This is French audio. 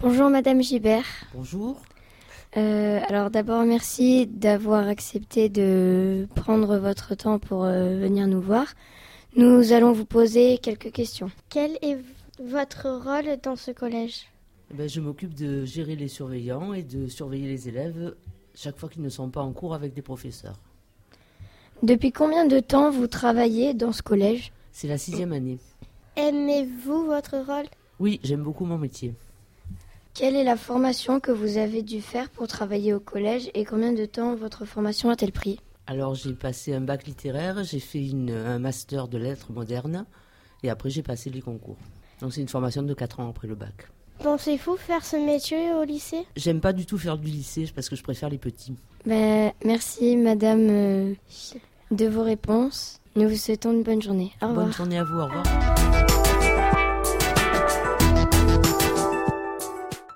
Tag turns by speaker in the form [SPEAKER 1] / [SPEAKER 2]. [SPEAKER 1] Bonjour Madame Gibert.
[SPEAKER 2] Bonjour.
[SPEAKER 1] Euh, alors d'abord merci d'avoir accepté de prendre votre temps pour euh, venir nous voir. Nous allons vous poser quelques questions.
[SPEAKER 3] Quel est v- votre rôle dans ce collège
[SPEAKER 2] Eh ben, je m'occupe de gérer les surveillants et de surveiller les élèves chaque fois qu'ils ne sont pas en cours avec des professeurs.
[SPEAKER 1] Depuis combien de temps vous travaillez dans ce collège
[SPEAKER 2] C'est la sixième année.
[SPEAKER 3] Aimez-vous votre rôle
[SPEAKER 2] Oui, j'aime beaucoup mon métier.
[SPEAKER 1] Quelle est la formation que vous avez dû faire pour travailler au collège et combien de temps votre formation a-t-elle pris
[SPEAKER 2] Alors j'ai passé un bac littéraire, j'ai fait une- un master de lettres modernes et après j'ai passé les concours. Donc c'est une formation de 4 ans après le bac.
[SPEAKER 3] Pensez-vous faire ce métier au lycée
[SPEAKER 2] J'aime pas du tout faire du lycée parce que je préfère les petits.
[SPEAKER 1] Ben, Merci Madame euh, de vos réponses. Nous vous souhaitons une bonne journée. Au revoir.
[SPEAKER 2] Bonne journée à vous, au revoir.